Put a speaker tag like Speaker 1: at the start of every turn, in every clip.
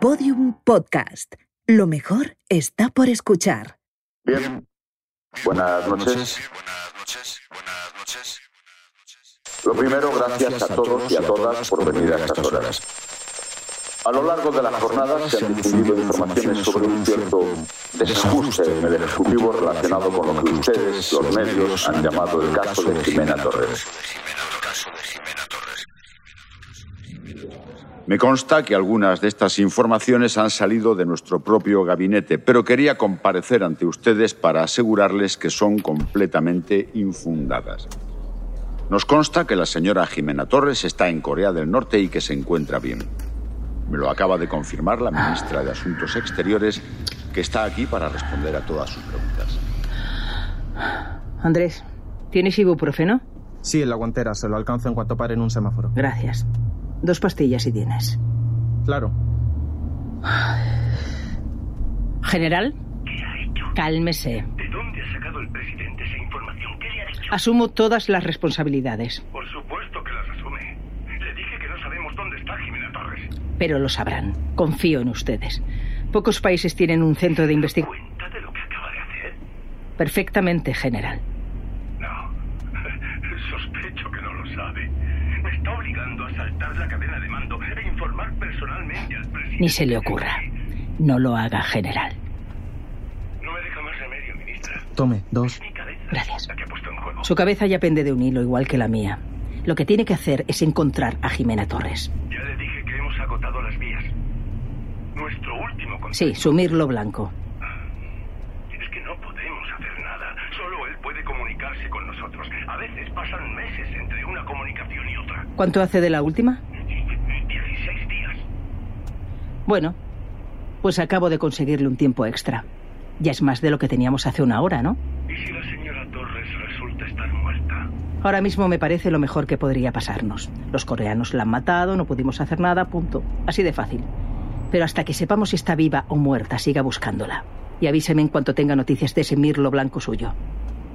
Speaker 1: Podium Podcast. Lo mejor está por escuchar.
Speaker 2: Bien. Buenas noches.
Speaker 3: Buenas noches. Buenas noches.
Speaker 2: Lo primero, gracias a todos y a todas por venir a estas horas. A lo largo de las jornadas se han difundido informaciones sobre un cierto desajuste en el Ejecutivo relacionado con lo que ustedes, los medios, han llamado el caso de Jimena Torres. Me consta que algunas de estas informaciones han salido de nuestro propio gabinete, pero quería comparecer ante ustedes para asegurarles que son completamente infundadas. Nos consta que la señora Jimena Torres está en Corea del Norte y que se encuentra bien. Me lo acaba de confirmar la ministra de Asuntos Exteriores, que está aquí para responder a todas sus preguntas.
Speaker 4: Andrés, ¿tienes ibuprofeno?
Speaker 5: Sí, en la guantera, se lo alcanzo en cuanto pare en un semáforo.
Speaker 4: Gracias. Dos pastillas si tienes.
Speaker 5: Claro.
Speaker 4: General, cálmese.
Speaker 6: ¿De dónde ha sacado el presidente esa información? ¿Qué le ha dicho?
Speaker 4: Asumo todas las responsabilidades,
Speaker 6: Por supuesto que las asume. Le dije que no sabemos dónde está Jimena Torres.
Speaker 4: pero lo sabrán. Confío en ustedes. Pocos países tienen un centro de investigación.
Speaker 6: ¿Cuenta de lo que acaba de hacer?
Speaker 4: Perfectamente, general.
Speaker 6: No. Sospecho que no lo sabe. Me está obligando a saltar la cadena de mando e informar personalmente al presidente.
Speaker 4: Ni se le ocurra. No lo haga, general.
Speaker 6: No me deja más remedio, ministra.
Speaker 5: Tome, dos.
Speaker 6: Mi cabeza.
Speaker 4: Gracias.
Speaker 6: La que ha puesto en juego.
Speaker 4: Su cabeza ya pende de un hilo igual que la mía. Lo que tiene que hacer es encontrar a Jimena Torres.
Speaker 6: Ya le dije que hemos agotado las vías. Nuestro último contacto.
Speaker 4: Sí, sumirlo blanco.
Speaker 6: Es que no podemos hacer nada. Solo él puede comunicarse con nosotros. A veces pasan meses entre una comunicación y otra.
Speaker 4: ¿Cuánto hace de la última?
Speaker 6: 16 días.
Speaker 4: Bueno, pues acabo de conseguirle un tiempo extra. Ya es más de lo que teníamos hace una hora, ¿no?
Speaker 6: ¿Y si la señora Torres resulta estar muerta?
Speaker 4: Ahora mismo me parece lo mejor que podría pasarnos. Los coreanos la han matado, no pudimos hacer nada, punto. Así de fácil. Pero hasta que sepamos si está viva o muerta, siga buscándola. Y avíseme en cuanto tenga noticias de ese mirlo blanco suyo.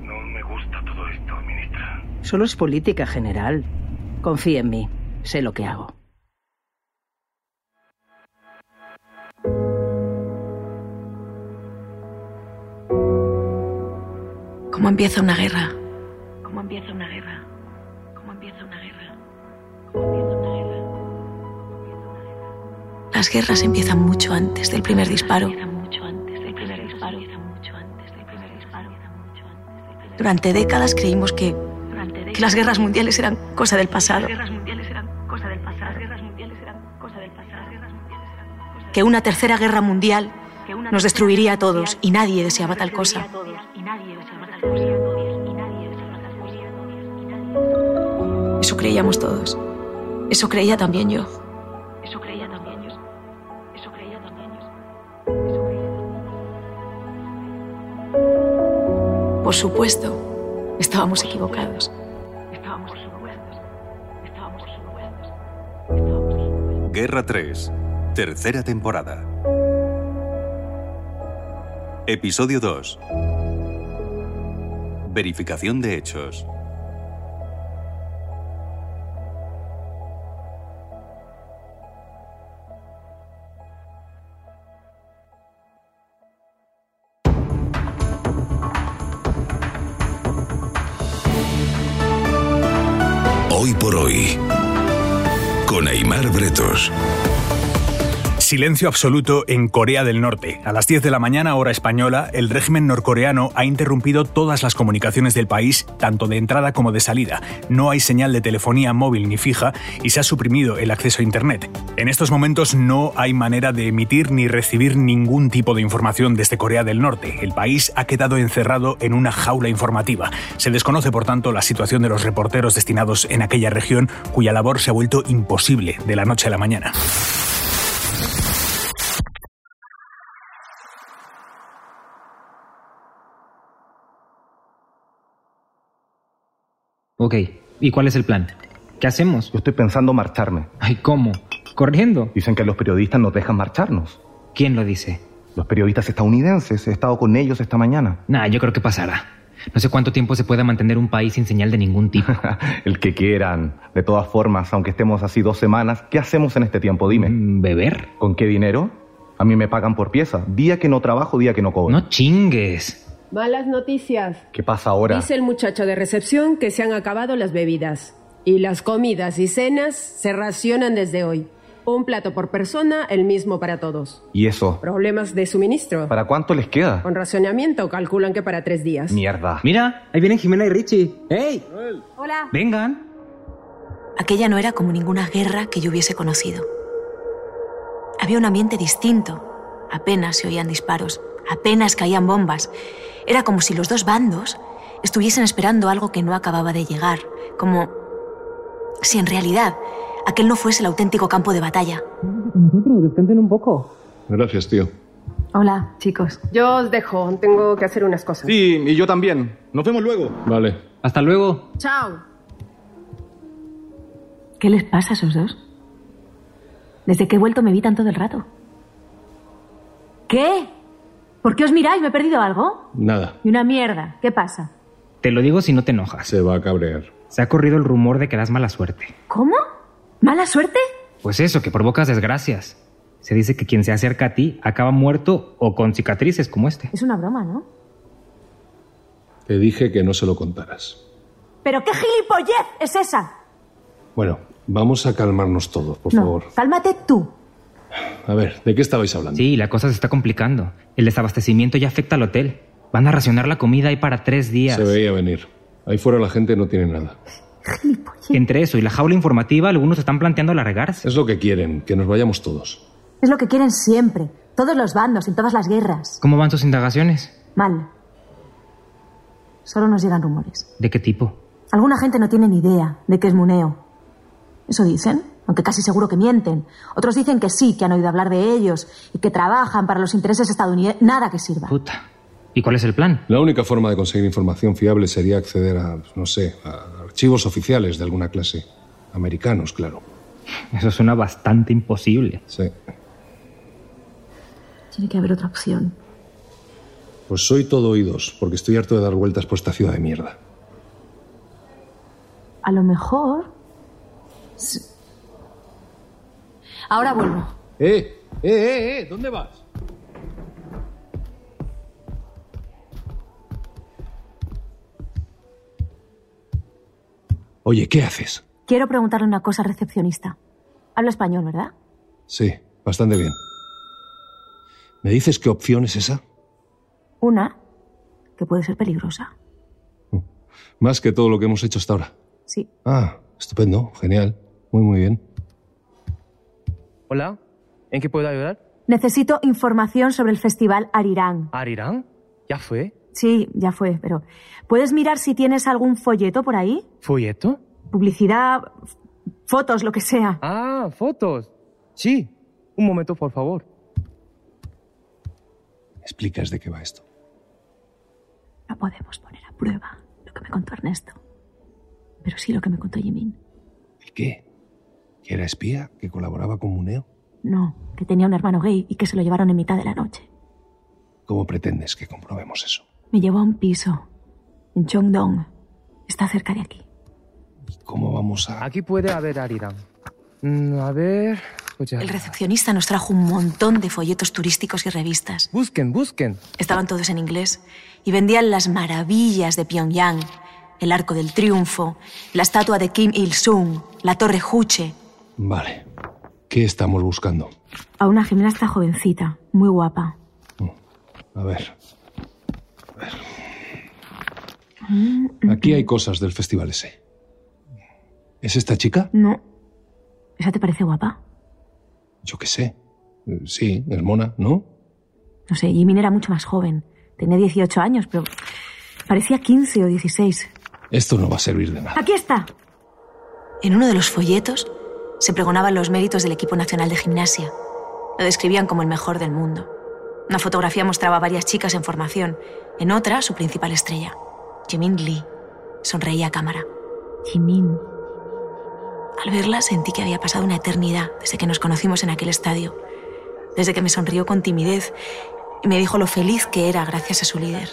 Speaker 6: No me gusta todo esto, ministra.
Speaker 4: Solo es política general. Confíe en mí, sé lo que hago.
Speaker 7: ¿Cómo empieza una guerra? ¿Cómo empieza una guerra? ¿Cómo empieza una guerra? ¿Cómo empieza una guerra? Las guerras empiezan mucho antes del primer disparo. Durante décadas creímos que, que las guerras mundiales eran cosa del pasado, que una tercera guerra mundial nos destruiría a todos y nadie deseaba tal cosa. Eso creíamos todos. Eso creía también yo. Eso creía también yo. Eso creía también yo. Por supuesto, estábamos equivocados. Estábamos equivocados. Estábamos equivocados. Estábamos equivocados.
Speaker 8: Guerra 3, tercera temporada. Episodio 2. Verificación de hechos.
Speaker 3: Hoy por hoy. Con Aymar Bretos.
Speaker 9: Silencio absoluto en Corea del Norte. A las 10 de la mañana hora española, el régimen norcoreano ha interrumpido todas las comunicaciones del país, tanto de entrada como de salida. No hay señal de telefonía móvil ni fija y se ha suprimido el acceso a Internet. En estos momentos no hay manera de emitir ni recibir ningún tipo de información desde Corea del Norte. El país ha quedado encerrado en una jaula informativa. Se desconoce, por tanto, la situación de los reporteros destinados en aquella región, cuya labor se ha vuelto imposible de la noche a la mañana.
Speaker 10: Ok, ¿y cuál es el plan? ¿Qué hacemos?
Speaker 11: Yo estoy pensando marcharme.
Speaker 10: Ay, ¿cómo? ¿Corriendo?
Speaker 11: Dicen que los periodistas nos dejan marcharnos.
Speaker 10: ¿Quién lo dice?
Speaker 11: Los periodistas estadounidenses, he estado con ellos esta mañana.
Speaker 10: Nah, yo creo que pasará. No sé cuánto tiempo se pueda mantener un país sin señal de ningún tipo.
Speaker 11: El que quieran. De todas formas, aunque estemos así dos semanas, ¿qué hacemos en este tiempo? Dime.
Speaker 10: Mm, ¿Beber?
Speaker 11: ¿Con qué dinero? A mí me pagan por pieza. Día que no trabajo, día que no cobro.
Speaker 10: No chingues.
Speaker 12: Malas noticias.
Speaker 11: ¿Qué pasa ahora?
Speaker 12: Dice el muchacho de recepción que se han acabado las bebidas. Y las comidas y cenas se racionan desde hoy. Un plato por persona, el mismo para todos.
Speaker 11: ¿Y eso?
Speaker 12: Problemas de suministro.
Speaker 11: ¿Para cuánto les queda?
Speaker 12: Con racionamiento calculan que para tres días.
Speaker 11: Mierda.
Speaker 10: Pues, Mira, ahí vienen Jimena y Richie. ¡Ey!
Speaker 12: Hola.
Speaker 10: Vengan.
Speaker 7: Aquella no era como ninguna guerra que yo hubiese conocido. Había un ambiente distinto. Apenas se oían disparos, apenas caían bombas. Era como si los dos bandos estuviesen esperando algo que no acababa de llegar, como si en realidad aquel no fuese el auténtico campo de batalla.
Speaker 10: Nosotros, descansen un poco.
Speaker 13: Gracias, tío.
Speaker 7: Hola, chicos.
Speaker 12: Yo os dejo, tengo que hacer unas cosas.
Speaker 5: Sí, y yo también. Nos vemos luego.
Speaker 13: Vale.
Speaker 10: Hasta luego.
Speaker 12: Chao.
Speaker 7: ¿Qué les pasa a esos dos? Desde que he vuelto me evitan todo el rato. ¿Qué? ¿Por qué os miráis? ¿Me he perdido algo?
Speaker 13: Nada.
Speaker 7: Y una mierda. ¿Qué pasa?
Speaker 10: Te lo digo si no te enojas.
Speaker 13: Se va a cabrear.
Speaker 10: Se ha corrido el rumor de que das mala suerte.
Speaker 7: ¿Cómo? ¿Mala suerte?
Speaker 10: Pues eso, que provocas desgracias. Se dice que quien se acerca a ti acaba muerto o con cicatrices como este.
Speaker 7: Es una broma, ¿no?
Speaker 13: Te dije que no se lo contaras.
Speaker 7: ¿Pero qué gilipollez es esa?
Speaker 13: Bueno, vamos a calmarnos todos, por
Speaker 7: no,
Speaker 13: favor.
Speaker 7: cálmate tú.
Speaker 13: A ver, ¿de qué estabais hablando?
Speaker 10: Sí, la cosa se está complicando. El desabastecimiento ya afecta al hotel. Van a racionar la comida ahí para tres días.
Speaker 13: Se veía venir. Ahí fuera la gente no tiene nada.
Speaker 10: Entre eso y la jaula informativa, algunos están planteando largarse.
Speaker 13: Es lo que quieren, que nos vayamos todos.
Speaker 7: Es lo que quieren siempre. Todos los bandos, en todas las guerras.
Speaker 10: ¿Cómo van sus indagaciones?
Speaker 7: Mal. Solo nos llegan rumores.
Speaker 10: ¿De qué tipo?
Speaker 7: Alguna gente no tiene ni idea de qué es Muneo. Eso dicen, aunque casi seguro que mienten. Otros dicen que sí, que han oído hablar de ellos y que trabajan para los intereses estadounidenses. Nada que sirva.
Speaker 10: Puta. ¿Y cuál es el plan?
Speaker 13: La única forma de conseguir información fiable sería acceder a, no sé, a archivos oficiales de alguna clase. Americanos, claro.
Speaker 10: Eso suena bastante imposible.
Speaker 13: Sí.
Speaker 7: Tiene que haber otra opción.
Speaker 13: Pues soy todo oídos, porque estoy harto de dar vueltas por esta ciudad de mierda.
Speaker 7: A lo mejor. s- Ahora vuelvo.
Speaker 13: ¡Eh! ¡Eh, eh, eh! ¿Dónde vas? Oye, ¿qué haces?
Speaker 7: Quiero preguntarle una cosa al recepcionista. Habla español, ¿verdad?
Speaker 13: Sí, bastante bien. ¿Me dices qué opción es esa?
Speaker 7: Una que puede ser peligrosa.
Speaker 13: Más que todo lo que hemos hecho hasta ahora.
Speaker 7: Sí.
Speaker 13: Ah, estupendo, genial. Muy, muy bien.
Speaker 14: Hola, ¿en qué puedo ayudar?
Speaker 7: Necesito información sobre el festival Arirán.
Speaker 14: ¿Arirán? ¿Ya fue?
Speaker 7: Sí, ya fue, pero ¿puedes mirar si tienes algún folleto por ahí?
Speaker 14: ¿Folleto?
Speaker 7: Publicidad, f- fotos, lo que sea.
Speaker 14: Ah, fotos. Sí, un momento, por favor.
Speaker 13: ¿Explicas de qué va esto?
Speaker 7: No podemos poner a prueba lo que me contó Ernesto, pero sí lo que me contó Jimin.
Speaker 13: ¿El qué? ¿Que era espía? ¿Que colaboraba con Muneo?
Speaker 7: No, que tenía un hermano gay y que se lo llevaron en mitad de la noche.
Speaker 13: ¿Cómo pretendes que comprobemos eso?
Speaker 7: Me llevó a un piso en Chongdong. Está cerca de aquí.
Speaker 13: ¿Cómo vamos a...?
Speaker 14: Aquí puede haber Arirán. Mm, a ver... escucha.
Speaker 7: El recepcionista nos trajo un montón de folletos turísticos y revistas.
Speaker 14: Busquen, busquen.
Speaker 7: Estaban todos en inglés y vendían las maravillas de Pyongyang, el Arco del Triunfo, la estatua de Kim Il-sung, la Torre Juche.
Speaker 13: Vale. ¿Qué estamos buscando?
Speaker 7: A una gimnasta jovencita, muy guapa.
Speaker 13: A ver.
Speaker 7: Mm,
Speaker 13: Aquí hay cosas del festival ese. ¿Es esta chica?
Speaker 7: No. ¿Esa te parece guapa?
Speaker 13: Yo qué sé. Eh, Sí, es mona, ¿no?
Speaker 7: No sé, Jimin era mucho más joven. Tenía 18 años, pero parecía 15 o 16.
Speaker 13: Esto no va a servir de nada.
Speaker 7: ¡Aquí está! En uno de los folletos se pregonaban los méritos del equipo nacional de gimnasia. Lo describían como el mejor del mundo. Una fotografía mostraba a varias chicas en formación, en otra su principal estrella, Jimin Lee. Sonreía a cámara. Jimin. Al verla sentí que había pasado una eternidad desde que nos conocimos en aquel estadio, desde que me sonrió con timidez y me dijo lo feliz que era gracias a su líder.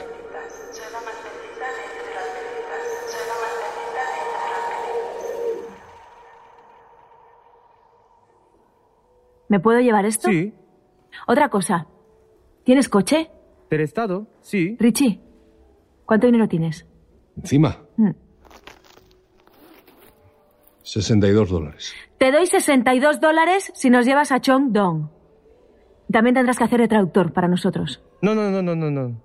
Speaker 7: ¿Me puedo llevar esto?
Speaker 14: Sí.
Speaker 7: Otra cosa. ¿Tienes coche?
Speaker 14: Del Estado, sí.
Speaker 7: Richie, ¿cuánto dinero tienes?
Speaker 13: Encima,
Speaker 7: Mm.
Speaker 13: 62 dólares.
Speaker 7: Te doy 62 dólares si nos llevas a Chongdong. También tendrás que hacer de traductor para nosotros.
Speaker 14: No, no, no, no, no, no.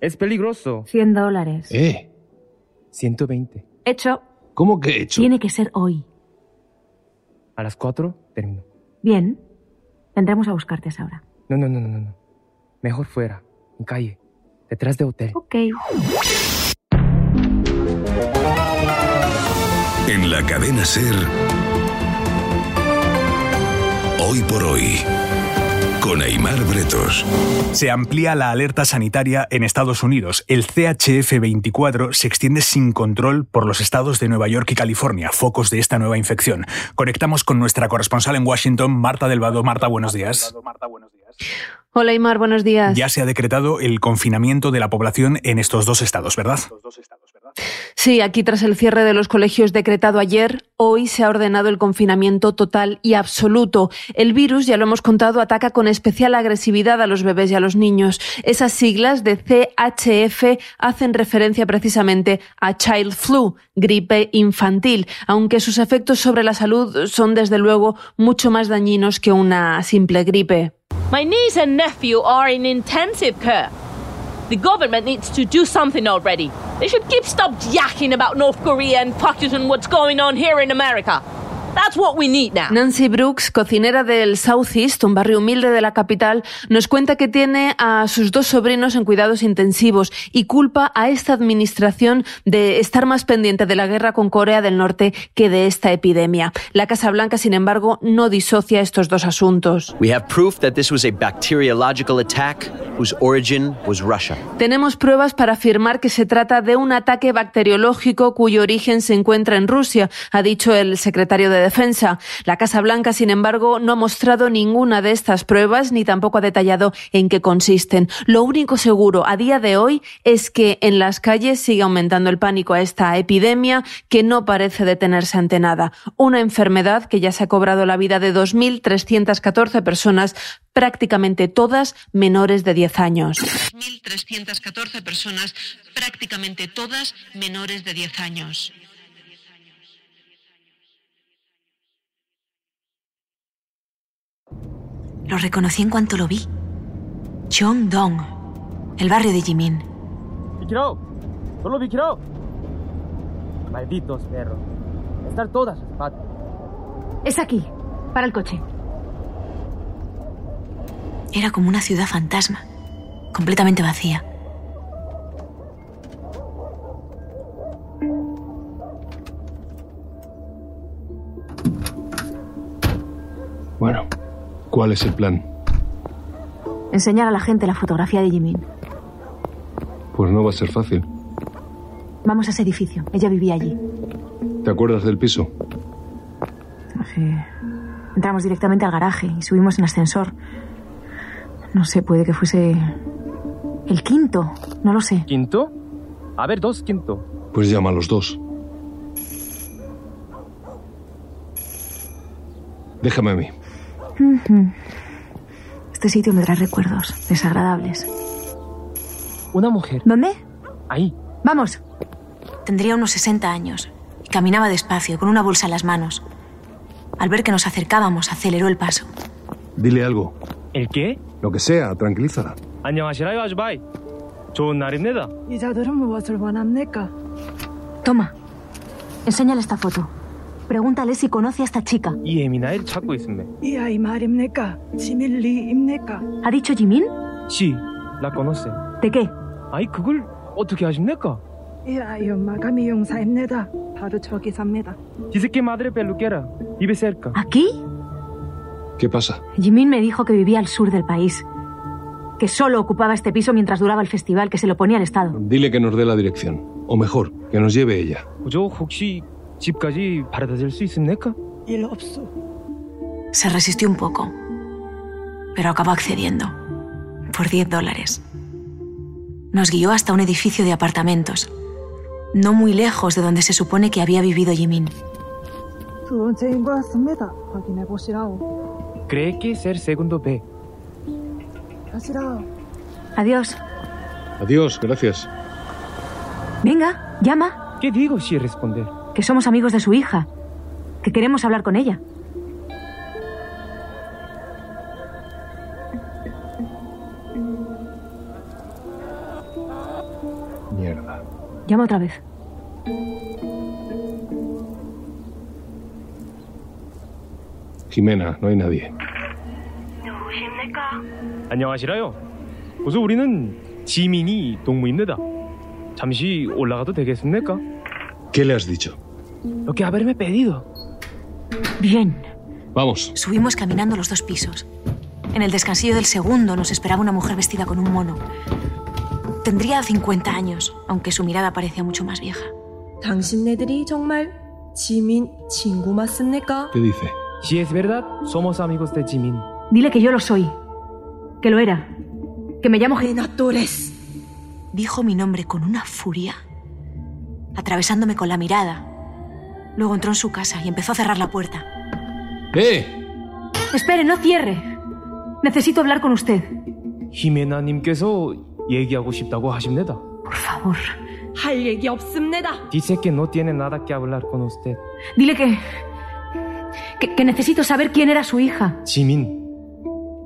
Speaker 14: Es peligroso.
Speaker 7: 100 dólares.
Speaker 14: ¿Eh? 120.
Speaker 7: Hecho.
Speaker 13: ¿Cómo que hecho?
Speaker 7: Tiene que ser hoy.
Speaker 14: A las 4 termino.
Speaker 7: Bien. Vendremos a buscarte a esa hora.
Speaker 14: No, no, no, no, no. Mejor fuera, en calle, detrás de hotel.
Speaker 7: Ok.
Speaker 3: En la cadena Ser. Hoy por hoy. Con Aymar Bretos.
Speaker 9: Se amplía la alerta sanitaria en Estados Unidos. El CHF-24 se extiende sin control por los estados de Nueva York y California, focos de esta nueva infección. Conectamos con nuestra corresponsal en Washington, Marta Delvado. Marta, buenos días.
Speaker 15: Hola, Imar, buenos días.
Speaker 9: Ya se ha decretado el confinamiento de la población en estos dos estados, ¿verdad?
Speaker 15: Sí, aquí tras el cierre de los colegios decretado ayer, hoy se ha ordenado el confinamiento total y absoluto. El virus, ya lo hemos contado, ataca con especial agresividad a los bebés y a los niños. Esas siglas de CHF hacen referencia precisamente a Child Flu, gripe infantil, aunque sus efectos sobre la salud son desde luego mucho más dañinos que una simple gripe.
Speaker 16: My niece and nephew are in intensive care. The government needs to do something already. They should keep stop yakking about North Korea and Pakistan what's going on here in America. That's what we need now.
Speaker 15: Nancy Brooks, cocinera del Southeast, un barrio humilde de la capital, nos cuenta que tiene a sus dos sobrinos en cuidados intensivos y culpa a esta administración de estar más pendiente de la guerra con Corea del Norte que de esta epidemia. La Casa Blanca, sin embargo, no disocia estos dos asuntos.
Speaker 17: We have proof that this was a bacteriological attack whose origin was Russia.
Speaker 15: Tenemos pruebas para afirmar que se trata de un ataque bacteriológico cuyo origen se encuentra en Rusia, ha dicho el secretario de Defensa. La Casa Blanca, sin embargo, no ha mostrado ninguna de estas pruebas ni tampoco ha detallado en qué consisten. Lo único seguro a día de hoy es que en las calles sigue aumentando el pánico a esta epidemia que no parece detenerse ante nada. Una enfermedad que ya se ha cobrado la vida de 2.314 personas, prácticamente todas menores de 10 años.
Speaker 18: 314 personas, prácticamente todas menores de 10 años.
Speaker 7: Lo reconocí en cuanto lo vi. Chongdong, el barrio de Jimin.
Speaker 14: ¡Vikiro! ¡Solo Vikiro! Malditos perros. Estar todas las patas.
Speaker 7: Es aquí. Para el coche. Era como una ciudad fantasma, completamente vacía.
Speaker 13: Bueno, ¿cuál es el plan?
Speaker 7: Enseñar a la gente la fotografía de Jimin.
Speaker 13: Pues no va a ser fácil.
Speaker 7: Vamos a ese edificio. Ella vivía allí.
Speaker 13: ¿Te acuerdas del piso?
Speaker 7: Entramos directamente al garaje y subimos en ascensor. No sé, puede que fuese el quinto, no lo sé.
Speaker 14: ¿Quinto? A ver, dos quinto.
Speaker 13: Pues llama a los dos. Déjame a mí.
Speaker 7: Ujú. Este sitio me trae recuerdos desagradables.
Speaker 14: Una mujer.
Speaker 7: ¿Dónde?
Speaker 14: Ahí.
Speaker 7: Vamos. Tendría unos 60 años y caminaba despacio, con una bolsa en las manos. Al ver que nos acercábamos, aceleró el paso.
Speaker 13: Dile algo.
Speaker 14: ¿El qué?
Speaker 13: Lo que sea, tranquilízala.
Speaker 14: 안녕하시라요, 아주바이. 좋은 날입니다.
Speaker 19: 여자들은 무엇을 원합니까?
Speaker 7: Toma, enséñale esta foto. Pregúntale si conoce a esta chica.
Speaker 14: 이 예민아이를 찾고 있습니다.
Speaker 19: 이 아이 말입니까? 지밀리입니까?
Speaker 7: ¿Ha dicho Jimin?
Speaker 14: Sí, la conoce.
Speaker 7: ¿De qué?
Speaker 14: Ay, 그걸 어떻게 아십니까?
Speaker 19: 이 아이 엄마가 미용사입니다. 바로 저기 삽니다.
Speaker 14: Dice que madre peluquera vive cerca.
Speaker 7: ¿Aquí?
Speaker 13: ¿Qué pasa?
Speaker 7: Jimin me dijo que vivía al sur del país. Que solo ocupaba este piso mientras duraba el festival que se lo ponía el Estado.
Speaker 13: Dile que nos dé la dirección. O mejor, que nos lleve ella.
Speaker 14: 저 혹시 집까지 바래다 줄수 있습니까?
Speaker 19: 일 없어.
Speaker 7: Se resistió un poco, pero acabó accediendo. Por 10 dólares. Nos guió hasta un edificio de apartamentos, no muy lejos de donde se supone que había vivido Jimin.
Speaker 19: 두 번째인 것 같습니다. 확인해 보시라고.
Speaker 14: cree que ser segundo B.
Speaker 7: Adiós.
Speaker 13: Adiós, gracias.
Speaker 7: Venga, llama.
Speaker 14: ¿Qué digo si responder?
Speaker 7: Que somos amigos de su hija. Que queremos hablar con ella.
Speaker 13: Mierda.
Speaker 7: Llama otra vez.
Speaker 13: Jimena, no hay nadie.
Speaker 14: 안녕하시라요. 우선 우리는 지민이 동무입니다. 잠시 올라가도 되겠습니까?
Speaker 13: ¿Qué le has dicho?
Speaker 14: Lo que haberme pedido.
Speaker 7: Bien.
Speaker 13: Vamos.
Speaker 7: Subimos caminando los dos pisos. En el descansillo del segundo nos esperaba una mujer vestida con un mono. Tendría 50 años, aunque su mirada parecía mucho más vieja.
Speaker 20: 당신네들이 정말 지민 친구 맞습니까?
Speaker 13: ¿Qué dice?
Speaker 14: Si es verdad, somos amigos de Jimin.
Speaker 7: Dile que yo lo soy. Que lo era. Que me llamo
Speaker 20: Helena Torres.
Speaker 7: Dijo mi nombre con una furia, atravesándome con la mirada. Luego entró en su casa y empezó a cerrar la puerta.
Speaker 13: ¡Eh!
Speaker 7: Espere, no cierre. Necesito hablar con usted.
Speaker 14: 히메나님께서 얘기하고 싶다고 하십니다.
Speaker 7: Por favor.
Speaker 20: 할 얘기 없습니다.
Speaker 14: Dice que no tiene nada que hablar con usted.
Speaker 7: Dile que... que, que necesito saber quién era su hija.
Speaker 14: 지민,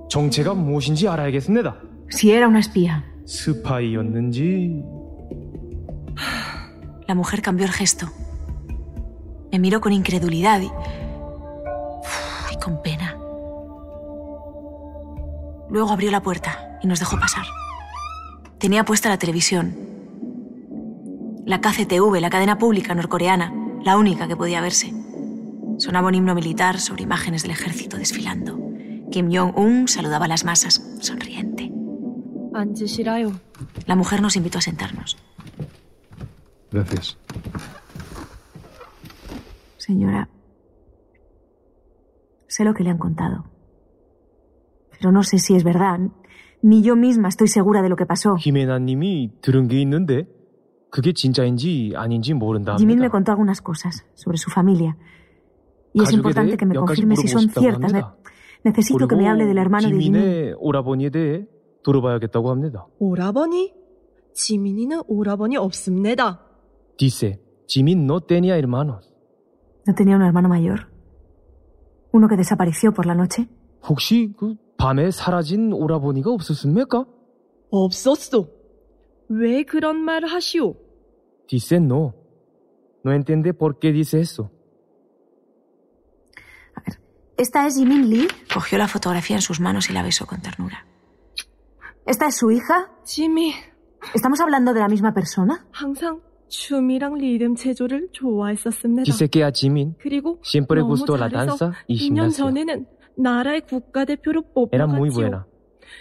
Speaker 14: 정체가 무엇인지 알아야겠습니다.
Speaker 7: Si era una espía.
Speaker 14: 스파이였는지
Speaker 7: La mujer cambió el gesto. Me miró con incredulidad y. Uf, y con pena. Luego abrió la puerta y nos dejó pasar. Tenía puesta la televisión. La KCTV, la cadena pública norcoreana, la única que podía verse. Sonaba un himno militar sobre imágenes del ejército desfilando. Kim Jong-un saludaba a las masas, sonriente.
Speaker 20: 앉으시라요.
Speaker 7: La mujer nos invitó a sentarnos.
Speaker 13: Gracias.
Speaker 7: Señora, sé lo que le han contado. Pero no sé si es verdad. Ni yo misma estoy segura de lo que pasó.
Speaker 14: 히메나님이 들은 게 있는데 그게 진짜인지 아닌지 모른다
Speaker 7: Jimin me
Speaker 14: 합니다.
Speaker 7: contó algunas cosas sobre su familia. Y es
Speaker 14: Cállate,
Speaker 7: importante que me
Speaker 14: ya casi
Speaker 7: confirme si
Speaker 14: murmuró
Speaker 7: son
Speaker 14: esta
Speaker 7: ciertas. Ne-
Speaker 14: manera.
Speaker 7: Necesito que me hable del hermano de Jimin.
Speaker 14: 지민의 오라버니에 대해 들어봐야겠다고 합니다.
Speaker 20: 오라버니? 지민이는 오라버니 없습니다.
Speaker 14: Dice, Jimin no tenía hermanos.
Speaker 7: ¿No tenía un hermano mayor? ¿Uno que desapareció por la noche?
Speaker 14: 혹시 그 밤에 사라진 오라버니가 없었습니까?
Speaker 20: 없었어. 왜 그런 말을 하시오?
Speaker 14: Dice no. No entiende por qué dice eso.
Speaker 7: Esta es Jimin Lee. Cogió la fotografía en sus manos y la besó con ternura. ¿Esta es su hija?
Speaker 20: 지민,
Speaker 7: ¿Estamos hablando de la misma persona?
Speaker 20: 항상 춤이랑 리듬 체조를 좋아했었습니다.
Speaker 14: Dice que a Jimin
Speaker 20: 그리고
Speaker 14: siempre
Speaker 20: 너무
Speaker 14: gustó la
Speaker 20: 잘해서
Speaker 14: danza y
Speaker 20: 2년
Speaker 14: gimnasia.
Speaker 20: 전에는 나라의 국가대표로
Speaker 14: Era muy
Speaker 20: 뽑혀갔지요.
Speaker 14: buena.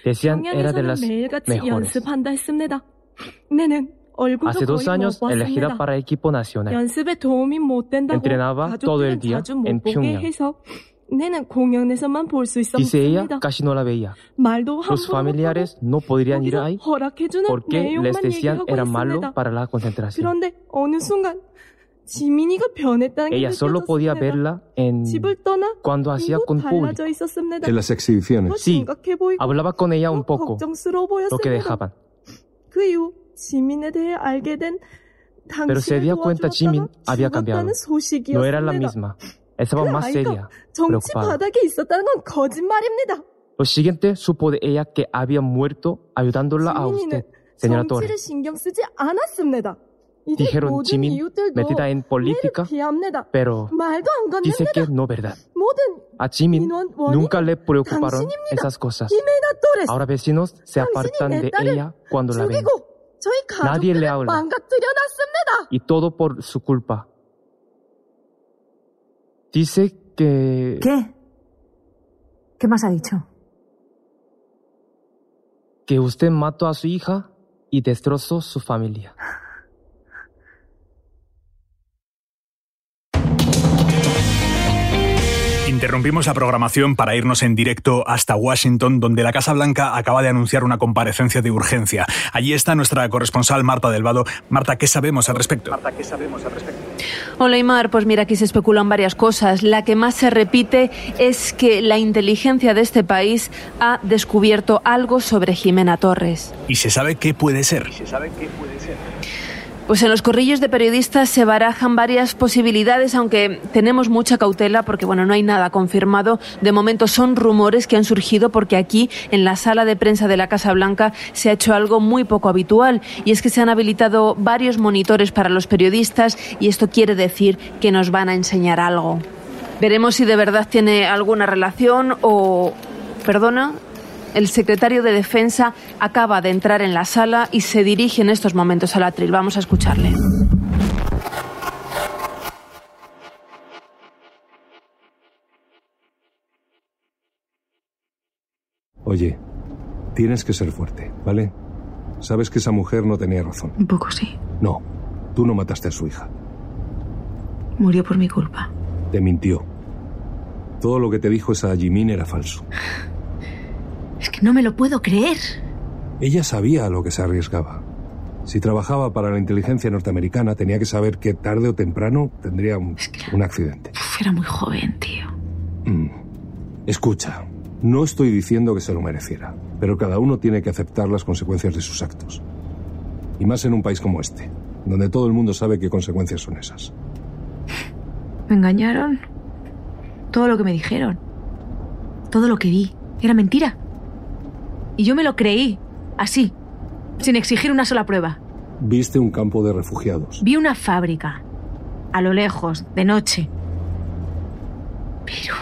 Speaker 14: Decían era de
Speaker 20: 평양에서는
Speaker 14: las
Speaker 20: 매일같이
Speaker 14: mejores.
Speaker 20: 연습한다 했습니다. 내는 얼굴도
Speaker 14: Hace dos
Speaker 20: 거의 못
Speaker 14: años elegida
Speaker 20: 봤습니다.
Speaker 14: para equipo nacional.
Speaker 20: 연습에 도움이 못 된다고
Speaker 14: Entrenaba todo el
Speaker 20: 가족들은
Speaker 14: día
Speaker 20: 자주 못
Speaker 14: en
Speaker 20: 보게
Speaker 14: Pyongyang.
Speaker 20: 해서 내는 공연에서만 볼 수
Speaker 14: Dice ella
Speaker 20: 있었습니다.
Speaker 14: casi no la veía.
Speaker 20: 말도
Speaker 14: Los
Speaker 20: 함부로 못하고
Speaker 14: familiares no podrían ir
Speaker 20: 거기서
Speaker 14: ahí
Speaker 20: 허락해주는
Speaker 14: porque
Speaker 20: 내용만
Speaker 14: les decían
Speaker 20: 얘기하고
Speaker 14: era
Speaker 20: 있습니다.
Speaker 14: malo para la concentración.
Speaker 20: 그런데 어느 순간 지민이가 변했다는 게
Speaker 14: Ella solo podía
Speaker 20: 느껴졌습니다.
Speaker 14: verla en
Speaker 20: 집을 떠나
Speaker 14: cuando hacía con público.
Speaker 20: 달라져 있었습니다.
Speaker 13: En las exhibiciones.
Speaker 20: 더
Speaker 14: Sí,
Speaker 20: 심각해 보이고
Speaker 14: hablaba con ella un
Speaker 20: 더
Speaker 14: poco,
Speaker 20: 걱정스러워
Speaker 14: lo que
Speaker 20: 보였습니다.
Speaker 14: dejaban.
Speaker 20: 그 이후 지민에 대해 알게 된
Speaker 14: Pero se
Speaker 20: 당신을
Speaker 14: dio cuenta Jimin había cambiado.
Speaker 20: 도와주었다는 소식이었습니다.
Speaker 14: No era la misma. Estaba más seria,
Speaker 20: 아, 정치
Speaker 14: preocupada.
Speaker 20: 바닥에 있다는 건 거짓말입니다.
Speaker 14: Lo siguiente supo de ella que había muerto ayudándola a usted,
Speaker 20: 지민이는
Speaker 14: señora
Speaker 20: 정치를
Speaker 14: Torres.
Speaker 20: 신경 쓰지 않았습니다. 이제
Speaker 14: Dijeron
Speaker 20: 모든
Speaker 14: Jimin
Speaker 20: 이웃들도
Speaker 14: metida en política,
Speaker 20: 매를 피합니다.
Speaker 14: pero
Speaker 20: 말도 안
Speaker 14: dice
Speaker 20: 건넵니다.
Speaker 14: que no verdad.
Speaker 20: 모든
Speaker 14: A Jimin
Speaker 20: 민원 원인
Speaker 14: nunca le preocuparon
Speaker 20: 당신입니다.
Speaker 14: esas cosas.
Speaker 20: 김혜나 또레스
Speaker 14: Ahora vecinos se apartan
Speaker 20: 당신이 내
Speaker 14: de
Speaker 20: 딸을
Speaker 14: ella cuando la ven.
Speaker 20: 죽이고 저희
Speaker 14: Nadie le
Speaker 20: 가족들을
Speaker 14: habla.
Speaker 20: 망가뜨려놨습니다.
Speaker 14: Y todo por su culpa. Dice que...
Speaker 7: ¿Qué? ¿Qué más ha dicho?
Speaker 14: que usted mató a su hija y destrozó su familia.
Speaker 9: Interrumpimos la programación para irnos en directo hasta Washington, donde la Casa Blanca acaba de anunciar una comparecencia de urgencia. Allí está nuestra corresponsal Marta Delvado. Marta, ¿qué sabemos al respecto?
Speaker 14: ¿qué sabemos al respecto?
Speaker 15: Hola, Imar. Pues mira, aquí se especulan varias cosas. La que más se repite es que la inteligencia de este país ha descubierto algo sobre Jimena Torres.
Speaker 9: ¿Y se sabe qué puede ser?
Speaker 15: Pues en los corrillos de periodistas se barajan varias posibilidades, aunque tenemos mucha cautela porque bueno, no hay nada confirmado. De momento son rumores que han surgido porque aquí en la sala de prensa de la Casa Blanca se ha hecho algo muy poco habitual y es que se han habilitado varios monitores para los periodistas y esto quiere decir que nos van a enseñar algo. Veremos si de verdad tiene alguna relación o perdona, el secretario de Defensa acaba de entrar en la sala y se dirige en estos momentos al atril. Vamos a escucharle.
Speaker 13: Oye, tienes que ser fuerte, ¿vale? Sabes que esa mujer no tenía razón.
Speaker 21: Un poco sí.
Speaker 13: No, tú no mataste a su hija.
Speaker 21: Murió por mi culpa.
Speaker 13: Te mintió. Todo lo que te dijo esa Jimin era falso.
Speaker 21: Es que no me lo puedo creer.
Speaker 13: Ella sabía a lo que se arriesgaba. Si trabajaba para la inteligencia norteamericana, tenía que saber que tarde o temprano tendría un, un accidente.
Speaker 21: Uf, era muy joven, tío.
Speaker 13: Mm. Escucha, no estoy diciendo que se lo mereciera, pero cada uno tiene que aceptar las consecuencias de sus actos. Y más en un país como este, donde todo el mundo sabe qué consecuencias son esas.
Speaker 21: Me engañaron. Todo lo que me dijeron. Todo lo que vi. Era mentira. Y yo me lo creí. Así. Sin exigir una sola prueba.
Speaker 13: Viste un campo de refugiados.
Speaker 21: Vi una fábrica. A lo lejos, de noche. Pero...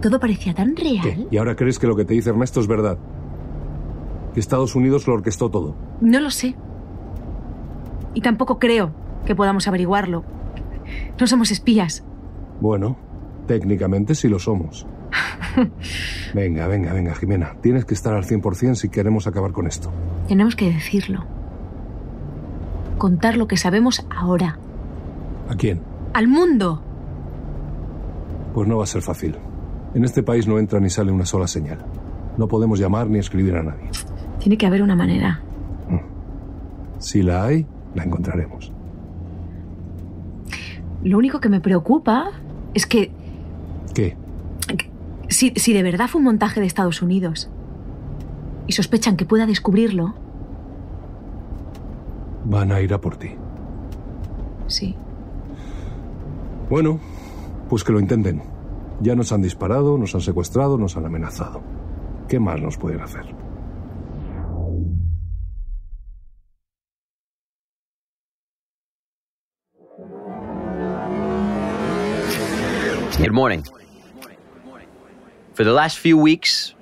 Speaker 21: Todo parecía tan real.
Speaker 13: ¿Qué? ¿Y ahora crees que lo que te dice Ernesto es verdad? Que Estados Unidos lo orquestó todo.
Speaker 21: No lo sé. Y tampoco creo que podamos averiguarlo. No somos espías.
Speaker 13: Bueno, técnicamente sí lo somos. Venga, venga, venga, Jimena. Tienes que estar al 100% si queremos acabar con esto.
Speaker 21: Tenemos que decirlo. Contar lo que sabemos ahora.
Speaker 13: ¿A quién?
Speaker 21: Al mundo.
Speaker 13: Pues no va a ser fácil. En este país no entra ni sale una sola señal. No podemos llamar ni escribir a nadie.
Speaker 21: Tiene que haber una manera.
Speaker 13: Si la hay, la encontraremos.
Speaker 21: Lo único que me preocupa es que
Speaker 13: ¿Qué?
Speaker 21: si, si de verdad fue un montaje de Estados Unidos y sospechan que pueda descubrirlo,
Speaker 13: Van a ir a por ti.
Speaker 21: sí.
Speaker 13: Bueno, pues que lo intenten. Ya nos han disparado, nos han secuestrado, nos han amenazado. ¿Qué más nos pueden hacer?
Speaker 17: Good morning. For the last few weeks,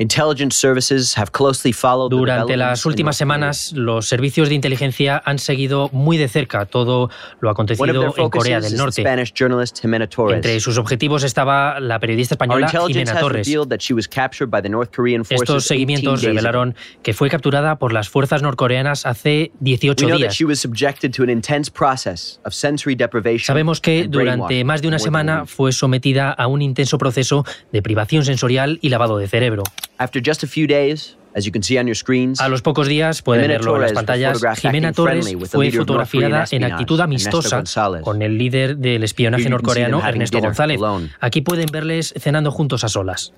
Speaker 17: intelligence services have closely followed the
Speaker 22: Durante
Speaker 17: developments
Speaker 22: las
Speaker 17: in
Speaker 22: últimas semanas,
Speaker 17: eh,
Speaker 22: los servicios de inteligencia han seguido muy de cerca todo lo
Speaker 17: One of their
Speaker 22: acontecido en Corea
Speaker 17: focuses
Speaker 22: del
Speaker 17: is the
Speaker 22: Norte.
Speaker 17: Spanish journalist Jimena Torres.
Speaker 22: Entre sus objetivos estaba la periodista
Speaker 17: Our
Speaker 22: española
Speaker 17: intelligence
Speaker 22: Jimena
Speaker 17: has
Speaker 22: Torres.
Speaker 17: revealed that she was captured by the North Korean forces
Speaker 22: Estos
Speaker 17: 18
Speaker 12: seguimientos
Speaker 22: seguimientos
Speaker 17: days ago.
Speaker 22: revelaron que fue capturada por las fuerzas norcoreanas hace
Speaker 17: We
Speaker 22: 18
Speaker 17: know that
Speaker 22: días.
Speaker 17: she was subjected to an intense process of sensory deprivation.
Speaker 22: Sabemos que
Speaker 17: and brainwashing
Speaker 22: durante más de una
Speaker 17: for more than a
Speaker 22: semana
Speaker 17: week.
Speaker 22: fue sometida a un intenso proceso de privación sensorial y lavado de cerebro.
Speaker 17: After just a few days, as you can see on your screens,
Speaker 22: A los pocos días, pueden
Speaker 17: Jimena
Speaker 22: verlo en las
Speaker 17: Torres was
Speaker 22: pantallas,
Speaker 17: photographed
Speaker 22: Jimena
Speaker 17: acting friendly
Speaker 22: Torres
Speaker 17: with the
Speaker 22: fue
Speaker 17: leader of North Korean
Speaker 22: fotografiada en
Speaker 17: espionage,
Speaker 22: actitud
Speaker 17: Ernesto
Speaker 22: amistosa
Speaker 17: González.
Speaker 22: con el líder del
Speaker 17: You didn't see
Speaker 22: espionaje
Speaker 17: them
Speaker 22: norcoreano,
Speaker 17: having
Speaker 22: Ernesto
Speaker 17: dinner
Speaker 22: González.
Speaker 17: alone.
Speaker 22: Aquí pueden verles cenando juntos a solas.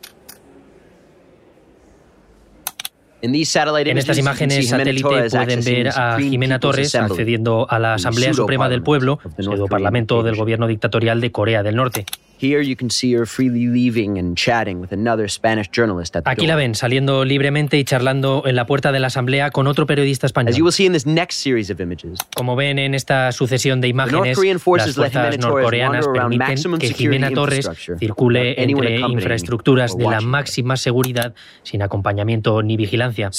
Speaker 17: In these satellite
Speaker 22: En
Speaker 17: images, you can
Speaker 22: estas
Speaker 17: see
Speaker 22: imagenes
Speaker 17: Jimena
Speaker 22: satélite
Speaker 17: Torres
Speaker 22: pueden
Speaker 17: accessing
Speaker 22: ver a
Speaker 17: Supreme
Speaker 22: Jimena
Speaker 17: People's
Speaker 22: Torres
Speaker 17: Assembly
Speaker 22: accediendo a la
Speaker 17: in the
Speaker 22: Asamblea Suprema del
Speaker 17: pseudo-parliament
Speaker 22: Pueblo,
Speaker 17: of the North
Speaker 22: pseudo
Speaker 17: Korean
Speaker 22: parlamento del
Speaker 17: dictatorship.
Speaker 22: gobierno dictatorial de Corea del Norte.
Speaker 17: Here you can see her freely leaving and chatting with another Spanish journalist at the
Speaker 22: Aquí
Speaker 17: door.
Speaker 22: la ven saliendo libremente y charlando en la puerta de la Asamblea con otro periodista
Speaker 17: As you
Speaker 22: español.
Speaker 17: will see in this next series of images,
Speaker 22: Como ven en esta sucesión de imágenes,
Speaker 17: Korean
Speaker 22: las
Speaker 17: forces let
Speaker 22: fuerzas
Speaker 17: Jimena Torres
Speaker 22: norcoreanas
Speaker 17: wander around maximum
Speaker 22: permiten que
Speaker 17: security
Speaker 22: Jimena Torres
Speaker 17: infrastructure
Speaker 22: circule
Speaker 17: without anyone
Speaker 22: entre
Speaker 17: accompanying
Speaker 22: infraestructuras
Speaker 17: or
Speaker 22: de la
Speaker 17: watching.
Speaker 22: máxima seguridad sin acompañamiento ni vigilancia.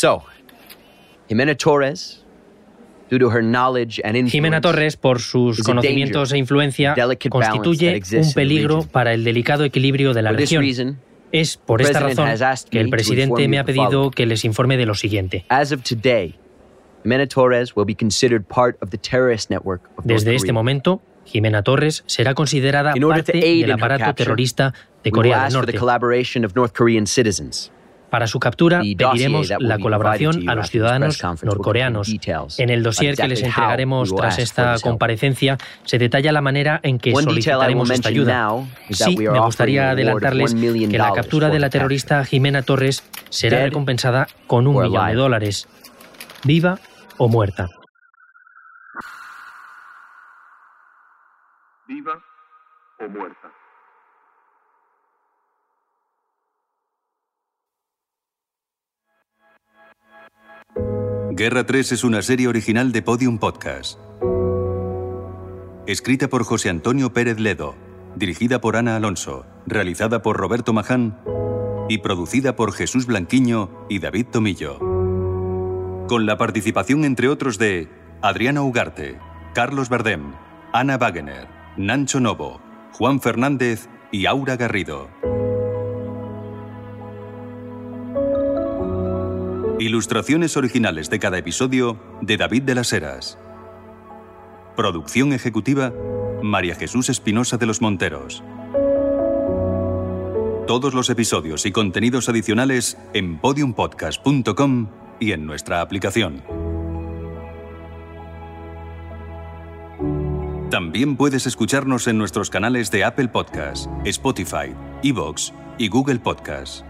Speaker 17: Jimena Torres, due to her knowledge and influence,
Speaker 22: Jimena Torres, por
Speaker 17: is
Speaker 22: sus
Speaker 17: a danger,
Speaker 22: conocimientos e influencia,
Speaker 17: delicate balance that
Speaker 22: constituye
Speaker 17: exists in
Speaker 22: un
Speaker 17: the
Speaker 22: peligro
Speaker 17: region.
Speaker 22: para el delicado equilibrio de la
Speaker 17: For this
Speaker 22: región.
Speaker 17: reason,
Speaker 22: Es por
Speaker 17: the
Speaker 22: esta
Speaker 17: president has
Speaker 22: razón
Speaker 17: asked
Speaker 22: que el
Speaker 17: me to inform
Speaker 22: presidente me
Speaker 17: you
Speaker 22: ha
Speaker 17: the following.
Speaker 22: pedido que les informe de lo siguiente.
Speaker 17: As of today, Jimena Torres will be considered part of the terrorist network of North
Speaker 22: Desde este
Speaker 17: Korea.
Speaker 22: momento, Jimena Torres será considerada
Speaker 17: In order to
Speaker 22: parte
Speaker 17: aid in
Speaker 22: del
Speaker 17: her
Speaker 22: aparato
Speaker 17: capture,
Speaker 22: terrorista de
Speaker 17: we will
Speaker 22: Corea del
Speaker 17: ask for the
Speaker 22: Norte.
Speaker 17: collaboration of North Korean citizens.
Speaker 22: Para su captura
Speaker 1: The dossier
Speaker 22: pediremos
Speaker 1: that will
Speaker 22: la
Speaker 1: be provided to
Speaker 22: colaboración
Speaker 1: you
Speaker 22: a
Speaker 1: after
Speaker 22: los
Speaker 1: this press
Speaker 22: ciudadanos
Speaker 1: conference will contain
Speaker 22: norcoreanos.
Speaker 1: details
Speaker 22: En el dossier
Speaker 1: about
Speaker 22: que les
Speaker 1: exactly how
Speaker 22: entregaremos
Speaker 1: we will
Speaker 22: tras
Speaker 1: ask for
Speaker 22: esta
Speaker 1: this help.
Speaker 22: comparecencia se detalla la manera en que
Speaker 1: One detail I will
Speaker 22: solicitaremos esta
Speaker 1: mention
Speaker 22: ayuda.
Speaker 1: now is that
Speaker 22: Sí,
Speaker 1: we are
Speaker 22: me gustaría
Speaker 1: offering an award of
Speaker 22: adelantarles
Speaker 1: $1 million
Speaker 22: que la captura
Speaker 1: for
Speaker 22: de
Speaker 1: the
Speaker 22: la
Speaker 1: capture.
Speaker 22: terrorista Jimena Torres será
Speaker 1: Dead
Speaker 22: recompensada con un
Speaker 1: or
Speaker 22: millón de
Speaker 1: alive.
Speaker 22: dólares, viva o muerta.
Speaker 6: ¿Viva o muerta?
Speaker 8: Guerra 3 es una serie original de Podium Podcast. Escrita por José Antonio Pérez Ledo, dirigida por Ana Alonso, realizada por Roberto Maján y producida por Jesús Blanquiño y David Tomillo. Con la participación, entre otros, de Adriana Ugarte, Carlos Verdem, Ana Wagener, Nancho Novo, Juan Fernández y Aura Garrido. Ilustraciones originales de cada episodio de David de las Heras. Producción ejecutiva María Jesús Espinosa de los Monteros. Todos los episodios y contenidos adicionales en podiumpodcast.com y en nuestra aplicación. También puedes escucharnos en nuestros canales de Apple Podcast, Spotify, Evox y Google Podcast.